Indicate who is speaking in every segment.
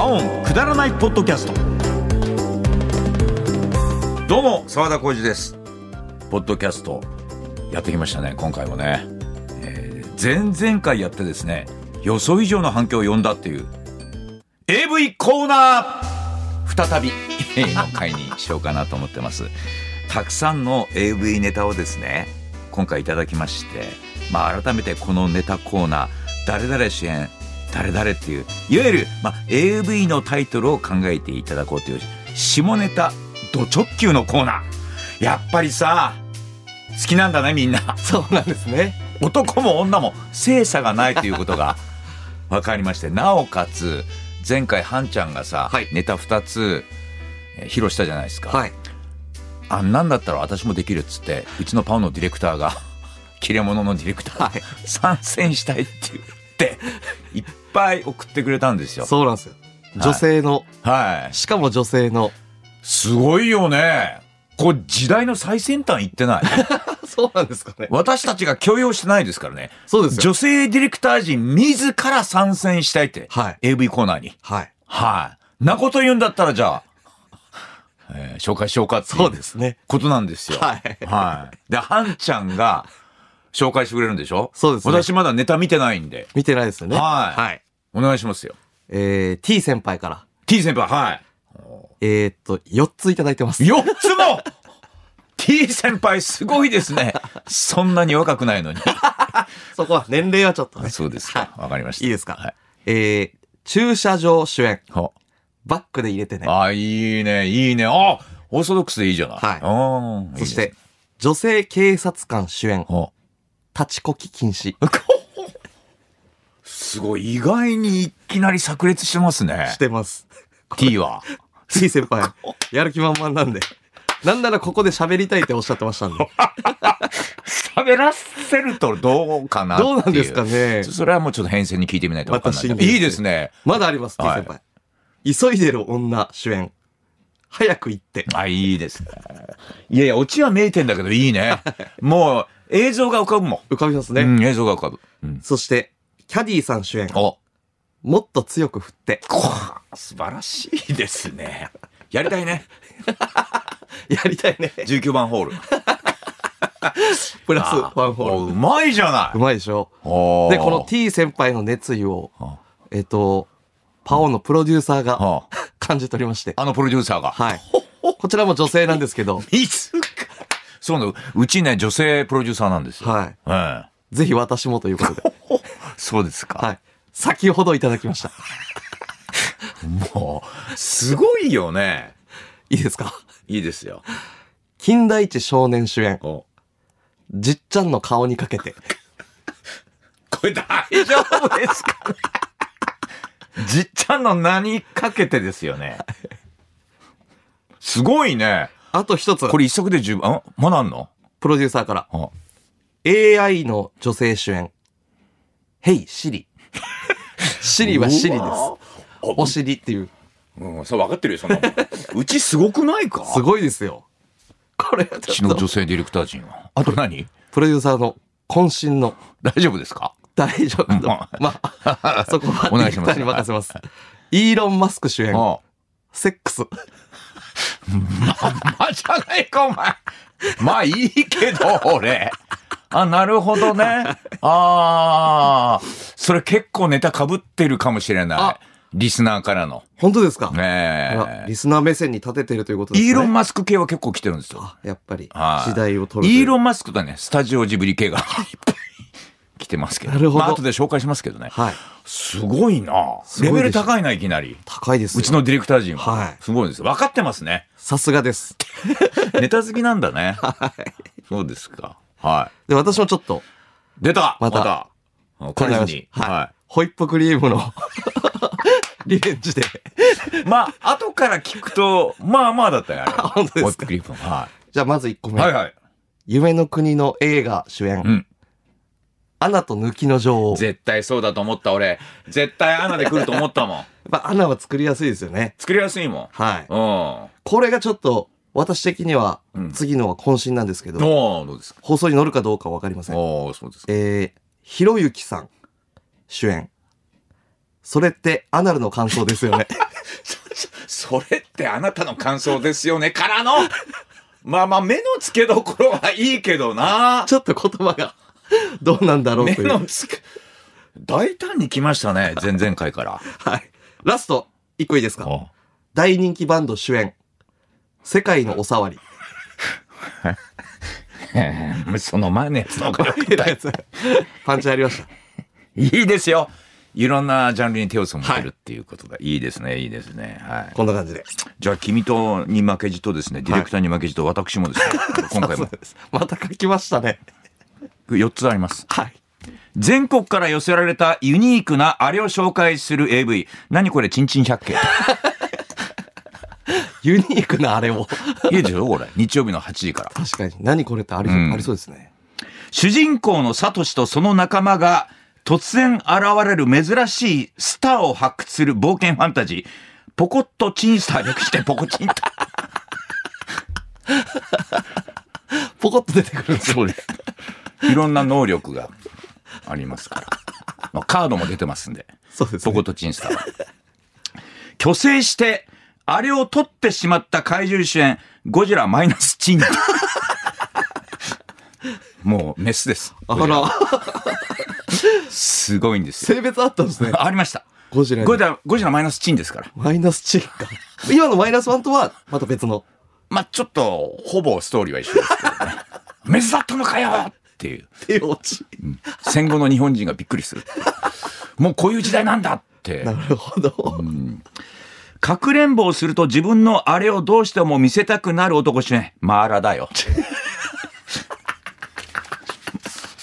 Speaker 1: オンくだらないポッドキャスト
Speaker 2: どうも澤田浩二ですポッドキャストやってきましたね今回もね、えー前々回やってですね予想以上の反響を呼んだっていう AV コーナー再びの回にしようかなと思ってますたくさんの AV ネタをですね今回いただきまして、まあ、改めてこのネタコーナー誰々主演誰々っていういわゆる、まあ、AV のタイトルを考えていただこうという下ネタド直球のコーナーやっぱりさ好きなんだねみんな
Speaker 3: そうなんですね。
Speaker 2: 男も女も性差がないということ が分かりましてなおかつ前回ハンちゃんがさ、
Speaker 3: はい
Speaker 2: ネタ2つえー披露したじゃないですか、
Speaker 3: はい。
Speaker 2: あんなんだったら私もできるっつってうちのパオのディレクターが 切れ者のディレクターが
Speaker 3: はい
Speaker 2: 参戦したいって言っていっぱい送ってくれたんですよ
Speaker 3: そうなんですよ。
Speaker 2: い
Speaker 3: 女性の、
Speaker 2: はい
Speaker 3: しかも女性の。
Speaker 2: すごいよねこう時代の最先端行ってない
Speaker 3: そうなんですかね。
Speaker 2: 私たちが許容してないですからね
Speaker 3: そうですよ。
Speaker 2: 女性ディレクター陣自ら参戦したいって、
Speaker 3: はい
Speaker 2: AV コーナーに
Speaker 3: はい。
Speaker 2: はい。なこと言うんだったらじゃあ、えー紹介しようかってい
Speaker 3: そう
Speaker 2: う
Speaker 3: ですね。
Speaker 2: ことなんですよ。
Speaker 3: はい
Speaker 2: はい。で、ハンちゃんが紹介してくれるんでしょ
Speaker 3: そうですね
Speaker 2: 私まだネタ見てないんで、
Speaker 3: 見てないですよね。
Speaker 2: はい
Speaker 3: はい。
Speaker 2: お願いしますよ。
Speaker 3: えー、T 先輩から、
Speaker 2: T 先輩、は
Speaker 3: えー、っと、4ついただいてます
Speaker 2: い。。4つも T 先輩、すごいですね。そんなに若くない のに。
Speaker 3: そこは、年齢はちょっとね。
Speaker 2: そうですか。わかりました。
Speaker 3: いいですか。
Speaker 2: はい。
Speaker 3: えー、駐車場主演、
Speaker 2: ほ
Speaker 3: バックで入れてね。
Speaker 2: あ、いいね、いいね。あ、オーソドックスでいいじゃない。
Speaker 3: はい
Speaker 2: うん
Speaker 3: そして、、女性警察官主演、
Speaker 2: ほ
Speaker 3: 立ちこき禁止。
Speaker 2: すごい、意外にいきなり炸裂してますね
Speaker 3: し。てます。
Speaker 2: T は。
Speaker 3: T 先 輩、やる気満々なんで。なんならここで喋りたいっておっしゃってましたんで。
Speaker 2: 喋らせるとどうかなっていう
Speaker 3: どうなんですかね
Speaker 2: それはもうちょっと変遷に聞いてみないと分かんない。
Speaker 3: また真剣
Speaker 2: いいですね。
Speaker 3: まだあります、T
Speaker 2: はい
Speaker 3: 先輩。急いでる女主演。早く行って。
Speaker 2: あ、いいですね。いやいや、オチは見えてんだけど、いいね。もう、映像が浮かぶも
Speaker 3: 浮かびます
Speaker 2: ん。
Speaker 3: ね。
Speaker 2: うん、映像が浮かぶ。うん。
Speaker 3: そして、キャディーさん主演。
Speaker 2: お、
Speaker 3: もっと強く振って。
Speaker 2: 素晴らしいですね。やりたい ね。
Speaker 3: やりたいね。
Speaker 2: 19番ホール。
Speaker 3: プラスワンホール。
Speaker 2: おうまいじゃな
Speaker 3: う
Speaker 2: い。
Speaker 3: まいでしょ。
Speaker 2: おー
Speaker 3: で、この T 先輩の熱意を、
Speaker 2: は
Speaker 3: えっと、パオのプロデューサーが
Speaker 2: あ
Speaker 3: 感じ取りまして。
Speaker 2: あのプロデューサーが。
Speaker 3: はい。こちらも女性なんですけど、
Speaker 2: いつか。そうなの。うちね、女性プロデューサーなんですよ。
Speaker 3: はい。
Speaker 2: ええ
Speaker 3: ぜひ私もということで。
Speaker 2: そうですか。
Speaker 3: はい。先ほどいただきました。
Speaker 2: もう、すごいよね。
Speaker 3: いいですか
Speaker 2: いいですよ。
Speaker 3: 金田一少年主演、
Speaker 2: こ
Speaker 3: じっちゃんの顔にかけて。
Speaker 2: れ大丈夫ですか じっちゃんの名にかけてですよね。すごいね。
Speaker 3: あと一つ、
Speaker 2: これ一足で十分、んまだあんの
Speaker 3: プロデューサーから、
Speaker 2: あ
Speaker 3: AI の女性主演、ヘイ、シ リ。シリはシリです。お尻っていう。
Speaker 2: うん、そう分かってるよ、そんなもん。うちすごくないか
Speaker 3: すごいですよ。これは
Speaker 2: う
Speaker 3: ち
Speaker 2: ち
Speaker 3: ょ
Speaker 2: の
Speaker 3: っと
Speaker 2: 女、性ディレクター陣は。あと何
Speaker 3: プロデューサーの渾身の
Speaker 2: 大丈夫ですか
Speaker 3: 大丈夫
Speaker 2: ま
Speaker 3: の、ま あ、そこは
Speaker 2: お
Speaker 3: ディ
Speaker 2: 願い
Speaker 3: レ
Speaker 2: し
Speaker 3: ク
Speaker 2: ます
Speaker 3: ターに任せます。イーロン・マスク主演、
Speaker 2: あ
Speaker 3: セックス。
Speaker 2: あじゃないか、お前。まあいいけど、俺。あ、なるほどね。ああ、それ結構ネタ被ってるかもしれない
Speaker 3: あ。
Speaker 2: リスナーからの。
Speaker 3: 本当ですか、
Speaker 2: ね
Speaker 3: あ
Speaker 2: え
Speaker 3: リ。スナー目線に立ててるということですね。
Speaker 2: イーロン・マスク系は結構来てるんですよ。
Speaker 3: あ、やっぱり
Speaker 2: はい
Speaker 3: 時代を取るという。
Speaker 2: イーロン・マスクとね、スタジオジブリ系がいっぱい来てますけど。
Speaker 3: なるほど
Speaker 2: まあ後で紹介しますけどね。
Speaker 3: はい。
Speaker 2: すごいな
Speaker 3: すご
Speaker 2: レ
Speaker 3: いでし
Speaker 2: ベ
Speaker 3: ょ
Speaker 2: ル高いな、いきなり。
Speaker 3: 高いですよ。
Speaker 2: うちのディレクター陣は。
Speaker 3: はい
Speaker 2: すごいです。分かってますね。
Speaker 3: さすがです。
Speaker 2: ネタ好きなんだ ね。そうですか。はい。
Speaker 3: で、私もちょっと、
Speaker 2: 出たま
Speaker 3: また
Speaker 2: た彼女に。
Speaker 3: はい、
Speaker 2: は
Speaker 3: ホイップクリームのリベンジで、
Speaker 2: い。まあ、後から聞くと、まあまあだったよ、あれ。
Speaker 3: 本当ですか
Speaker 2: ホイップクリームは
Speaker 3: じゃあまず1個
Speaker 2: い。
Speaker 3: 目。
Speaker 2: はいはい。
Speaker 3: 夢の国の映画主演、
Speaker 2: うん。
Speaker 3: アナと抜きの女王。
Speaker 2: 絶対そうだと思った、俺。絶対アナで来ると思った もん。
Speaker 3: まあ、アナは作りやすいですよね。
Speaker 2: 作りやすいも
Speaker 3: はい
Speaker 2: ん。う。ん。
Speaker 3: これがちょっと、私的には
Speaker 2: うん、
Speaker 3: 次のは渾身なんですけど、
Speaker 2: どうどうですか
Speaker 3: 放送に乗るかどうかわかりません。
Speaker 2: おー、そうですか。
Speaker 3: えー、ひろゆきさん、主演。それって、アナルの感想ですよね。
Speaker 2: それってあなたの感想ですよねからの まあまあ目の付けどころはいいけどな
Speaker 3: ちょっと言葉がどうなんだろう
Speaker 2: 目
Speaker 3: という
Speaker 2: の。付け大胆に来ましたね前々回 から
Speaker 3: はい。ラスト、一個いいですか
Speaker 2: お
Speaker 3: 大人気バンド主演。世界のおさわり。
Speaker 2: その前のやつの方がよくない
Speaker 3: パンチありました。
Speaker 2: いいですよいろんなジャンルに手を染めてるっていうことが、い、いですねいいですねはい
Speaker 3: こんな感じで。
Speaker 2: じゃあ君とに負けじとですねディレクターに負けじと私もですね、今回
Speaker 3: そ
Speaker 2: も
Speaker 3: うです。また書きましたね。
Speaker 2: 4つあります
Speaker 3: はい。
Speaker 2: 全国から寄せられたユニークなあれを紹介する AV。何これ、ちんちん 百景。
Speaker 3: ユニークなあれを。
Speaker 2: いいでしょ、これ。日曜日の8時から。
Speaker 3: 確かに。何これってありそう、
Speaker 2: うん
Speaker 3: ありそうですね。
Speaker 2: 主人公のサトシとその仲間が突然現れる珍しいスターを発掘する冒険ファンタジー。ポコッとチンスター略してポコチンタ。
Speaker 3: ポコッと出てくるんですよ。
Speaker 2: そうです。いろんな能力がありますから。まあカードも出てますんで。
Speaker 3: そうです、
Speaker 2: ポコ
Speaker 3: ね。
Speaker 2: とチンスターは。虚勢して、あれを取ってしまった怪獣主演、ゴジラマイナスチン。もうメスです。
Speaker 3: あら、
Speaker 2: すごいんですよ。
Speaker 3: 性別あったんですね。
Speaker 2: ありました。
Speaker 3: ゴジラに
Speaker 2: ゴジラ、ゴジラマイナスチンですから。
Speaker 3: マイナスチェッカー。今のマイナスワンとは、また別の。
Speaker 2: まあちょっと、ほぼストーリーは一緒ですけどね。メスだったのかよっていう。
Speaker 3: 手落ち。
Speaker 2: 戦後の日本人がびっくりする。もうこういう時代なんだって。
Speaker 3: なるほど。
Speaker 2: かくれんぼをすると自分のあれをどうしても見せたくなる男主演、マーラだ よ。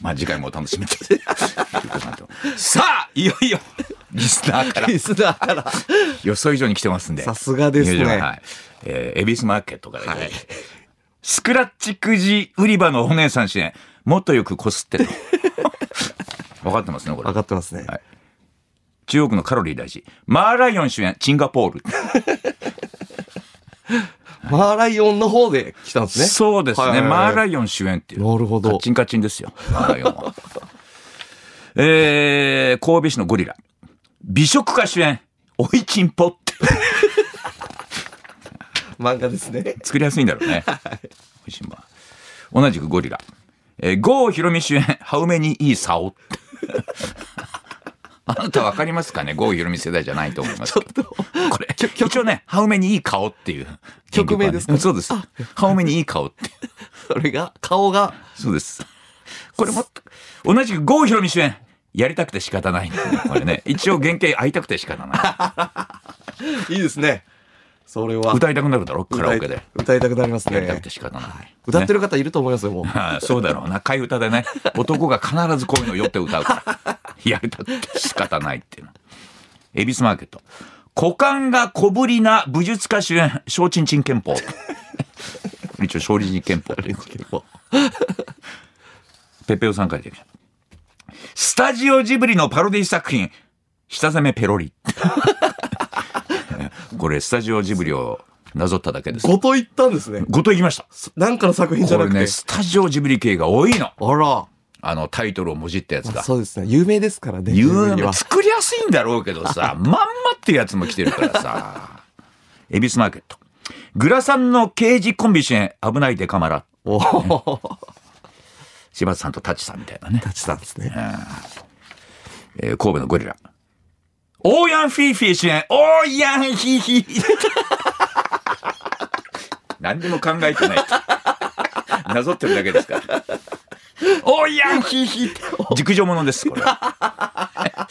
Speaker 2: まあ次回もお楽しみに ということなんでさあ、いよいよ、リスナーから
Speaker 3: リスナーから。
Speaker 2: 予想以上に来てますんで。
Speaker 3: さすがですね
Speaker 2: はい。えー、恵比寿マーケットから、い、スクラッチくじ売り場のお姉さん主演、もっとよくこすっ てと。分かってますね、これ
Speaker 3: 分。かってますね。
Speaker 2: はい中国のカロリー大事。マーライオン主演、チンガポール。
Speaker 3: マーライオンの方で来たんですね。
Speaker 2: そうですね、
Speaker 3: はいはいはい
Speaker 2: マーライオン主演っていう。
Speaker 3: なるほど
Speaker 2: カッチンカチンですよ。マーライオンは。えー、神戸市のゴリラ。美食家主演。おいちんぽって。
Speaker 3: 漫画ですね。
Speaker 2: 作りやすいんだろうね。おいしんぼは。同じくゴリラ。えー、郷ひろみ主演。ハウメにいいさ お。あなたわかりますかね郷ひろみ世代じゃないと思いますけど。これ、一応ね、ハウメにいい顔っていう。
Speaker 3: 曲名ですか
Speaker 2: そうです。ハウメにいい顔って。
Speaker 3: それが、顔が、
Speaker 2: そうです。これも、同じく郷ひろみ主演。やりたくて仕方ない、ね。これね。一応原型会いたくて仕方 ない
Speaker 3: いですね。それは。
Speaker 2: い。歌いたくなるだろカラオケで。
Speaker 3: 歌いたくなります
Speaker 2: やりたく
Speaker 3: ね
Speaker 2: て。仕方ない。
Speaker 3: 歌って
Speaker 2: る、
Speaker 3: る方いると思いますよ、もう。
Speaker 2: ああそうだろうな。替え歌でね。男が必ずこういうのを酔って歌う から。やりたくて仕方ないっていうの。恵比寿マーケット。股間が小ぶりな武術家主演、小チンチン 憲法。一応、勝利人憲法ということでペペオさんからいただきましたスタジオジブリのパロディ作品、舌攻めペロリ。 これ、スタジオジブリをなぞっただけです。
Speaker 3: ごと言ったんですね。
Speaker 2: ごといきました。
Speaker 3: なんかの作品じゃ
Speaker 2: こ
Speaker 3: な
Speaker 2: れ
Speaker 3: くて。
Speaker 2: ね、スタジオジブリ系が多いの。
Speaker 3: あら。
Speaker 2: あの、タイトルをもじったやつ
Speaker 3: まあ
Speaker 2: が。
Speaker 3: そうですね。有名ですからね。ジブ
Speaker 2: 有
Speaker 3: リ
Speaker 2: 名
Speaker 3: は
Speaker 2: 作りやすいんだろうけど さ、まんまってやつも来てるからさ。恵比寿マーケット。グラさんの刑事コンビ主演、危ないデカマラ。
Speaker 3: おお。
Speaker 2: 柴田さんとタチさんみたいなね。
Speaker 3: 立ちたんですね。
Speaker 2: えー神戸のゴリラ。オーヤンフィーフィー主演、オーヤンヒーヒー。何にも考えてない。なぞってるだけですから。オーヤンヒーヒー。熟女ものです、これは。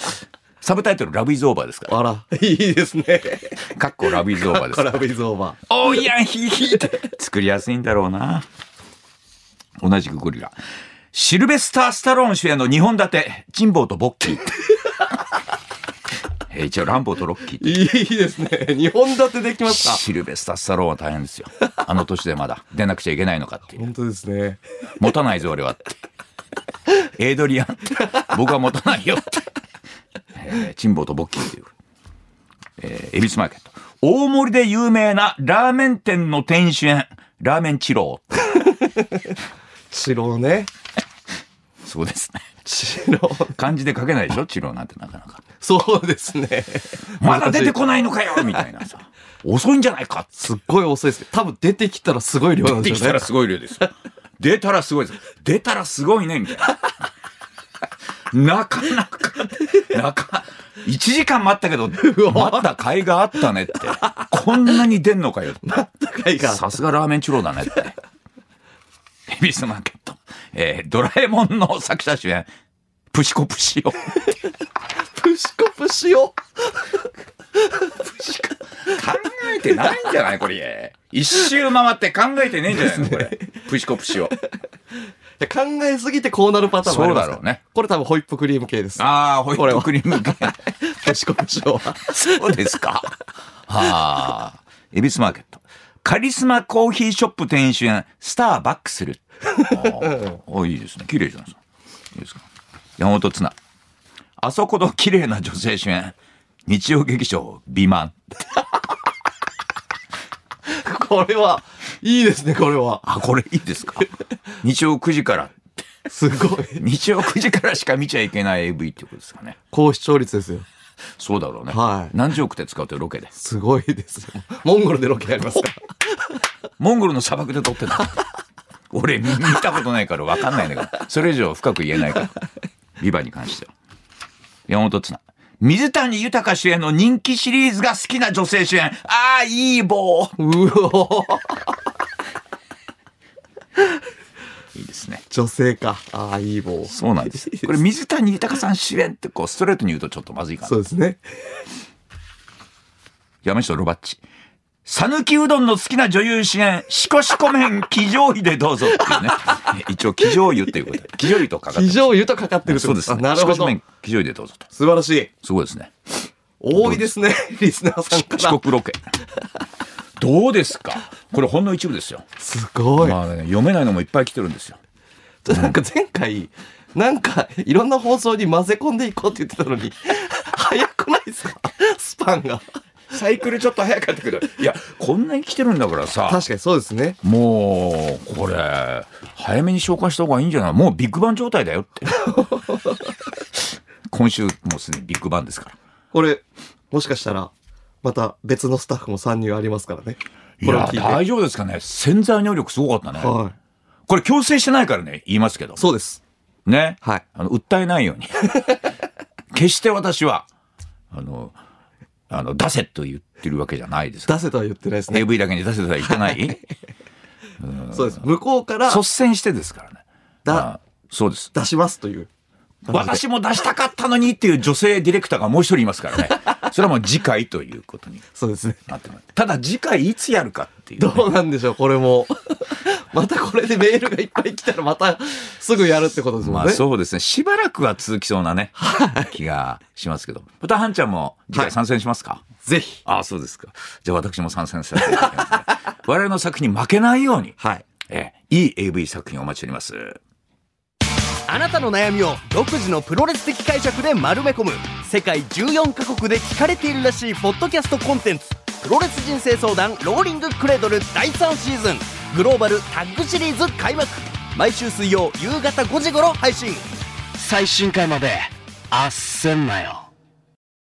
Speaker 2: サブタイトル、ラブイズオーバーですか
Speaker 3: あら。いいですね。
Speaker 2: ら。かっこラブイズオーバーです
Speaker 3: コ。ラボイズオーバー。
Speaker 2: おーやんひひって作りやすいんだろうな同じくゴリラシルベスター・スタローン主演の2本立て「チンボーとボッキー」 えー一応ランボーとロッキー
Speaker 3: いいですね。2本立てできまし
Speaker 2: シルベスター・スタローンは大変ですよあの年でまだ出なくちゃいけないのかってい
Speaker 3: た。
Speaker 2: う
Speaker 3: 本当ですね。
Speaker 2: 持たないぞ俺はってエイドリアンって僕は持たないよって、えー、チンボーとボッキーというえー恵比寿マーケット大盛りで有名なラーメン店の店主演ラーメンチロー
Speaker 3: 白ね。
Speaker 2: そうですね。
Speaker 3: 白。
Speaker 2: 漢字で書け ないでしょ治療なんてなかなか。
Speaker 3: そうですね。
Speaker 2: まだ出てこないのかよみたいなさ。遅いんじゃないかっつ
Speaker 3: すっごい遅いですけど、多分出てきたらすごい量なん
Speaker 2: って
Speaker 3: で
Speaker 2: き
Speaker 3: すよ
Speaker 2: た
Speaker 3: ね
Speaker 2: ら。すごい量ですよ。出たらすごいです。出たらすごいね、みたいな。なかなか、なか、1時間待ったけど、待った甲斐があったねって。こんなに出んのかよ。
Speaker 3: 高いが
Speaker 2: さすがラーメンチローだねって。恵比寿マーケット。えードラえもんの作者主演、プシコプシを。
Speaker 3: プシコプシを。
Speaker 2: 考えてないんじゃないこれ。一周回って考えてねえんじゃないのこれ。プシコプシを。
Speaker 3: いや考えすぎてこうなるパターンもありますから
Speaker 2: そうだろうね。
Speaker 3: これ多分ホイップクリーム系です。
Speaker 2: ああ、ホイップクリーム系。
Speaker 3: プシコプシをは。
Speaker 2: そうですか。はあ。恵比寿マーケット。カリスマコーヒーショップ店員主演、スターバックする。ああ、いいですね。綺麗じゃないですか。いいですか。山本綱。あそこの綺麗な女性主演、日曜劇場、美満。
Speaker 3: これは、いいですね、これは。
Speaker 2: あ、これいいですか。日曜9時から、
Speaker 3: すごい。
Speaker 2: 日曜9時からしか見ちゃいけない AV っていうことですかね。
Speaker 3: 高視聴率ですよ。
Speaker 2: そうだろうね。
Speaker 3: はい
Speaker 2: 何十億って使うってロケで。
Speaker 3: すごいですよ。モンゴルでロケやりますから。
Speaker 2: モンゴルの砂漠で撮 ってた。俺見たことないから分かんないんだけど、それ以上深く言えないから。ビバに関しては。山本綱。水谷豊主演の人気シリーズが好きな女性主演。ああ、いい棒。
Speaker 3: うお
Speaker 2: いいですね。
Speaker 3: 女性か。ああ、いい棒。
Speaker 2: そうなんです。これ水谷豊さん主演ってこうストレートに言うとちょっとまずいか
Speaker 3: そ
Speaker 2: な。
Speaker 3: うですね。
Speaker 2: 山下ロバッチ。讃岐うどんの好きな女優主演、しこしこ麺、騎乗位でどうぞっていうね。 一応、騎乗湯っていうことで。騎乗湯とかかって
Speaker 3: 非
Speaker 2: ます
Speaker 3: 常湯とかかってるって
Speaker 2: そ
Speaker 3: こ
Speaker 2: う
Speaker 3: と
Speaker 2: です、ね。
Speaker 3: あなるほ
Speaker 2: しこしこ
Speaker 3: ど。
Speaker 2: 麺、騎乗位でどうぞと。
Speaker 3: 素晴らしい。
Speaker 2: すごいですね。
Speaker 3: 多いですね、リスナーさんか
Speaker 2: 四
Speaker 3: ら。
Speaker 2: 国ロケ。 どうですかこれほんの一部ですよ。
Speaker 3: すごい。
Speaker 2: まあね、読めないのもいっぱい来てるんですよ。
Speaker 3: ちょっとなんか前回、なんかいろんな放送に混ぜ込んでいこうって言ってたのに、早くないですかスパンが。
Speaker 2: サイクルちょっと早かったけど、いや、こんなに来てるんだからさ、
Speaker 3: 確かにそうですね。
Speaker 2: もう、これ、早めに紹介した方がいいんじゃないもうビッグバン状態だよ って。今週、もうすでにビッグバンですから。
Speaker 3: これ、もしかしたら、また別のスタッフも参入ありますからね。
Speaker 2: い
Speaker 3: これを
Speaker 2: や、
Speaker 3: 聞いて。
Speaker 2: 大丈夫ですかね潜在能力すごかったね。
Speaker 3: はい。
Speaker 2: これ強制してないからね、言いますけど。
Speaker 3: そうです。
Speaker 2: ね。
Speaker 3: はい
Speaker 2: あの、訴えないように。 決して私は、あの、あの、出せと言ってるわけじゃないです。
Speaker 3: 出せとは言ってないですね。
Speaker 2: AV だけに出せとは言って ない
Speaker 3: そうです。向こうから
Speaker 2: 率先してですからね。あ
Speaker 3: だ
Speaker 2: そうです。
Speaker 3: 出しますという。
Speaker 2: 私も出したかったのにっていう女性ディレクターがもう一人いますから ね。それはもう次回ということに
Speaker 3: そうですね。
Speaker 2: なってます。ただ次回いつやるかっていうね、
Speaker 3: どうなんでしょう、これも。 またこれでメールがいっぱい来たら、またすぐやるってことですも
Speaker 2: ま
Speaker 3: ん
Speaker 2: あ
Speaker 3: ね。
Speaker 2: そうですね。しばらくは続きそうなね、気がしますけど。またハンちゃんも次回参戦しますか、
Speaker 3: ぜひ。
Speaker 2: ああ、そうですか。じゃあ私も参戦させていただきます、ね。 我々の作品に負けないように、
Speaker 3: はい。
Speaker 2: ええ、いい AV 作品をお待ちしております。
Speaker 4: あなたの悩みを独自のプロレス的解釈で丸め込む世界14カ国で聞かれているらしいポッドキャストコンテンツ「プロレス人生相談ローリングクレードル」第3シーズングローバルタッグシリーズ開幕毎週水曜夕方5時頃配信最新回まであっせんなよ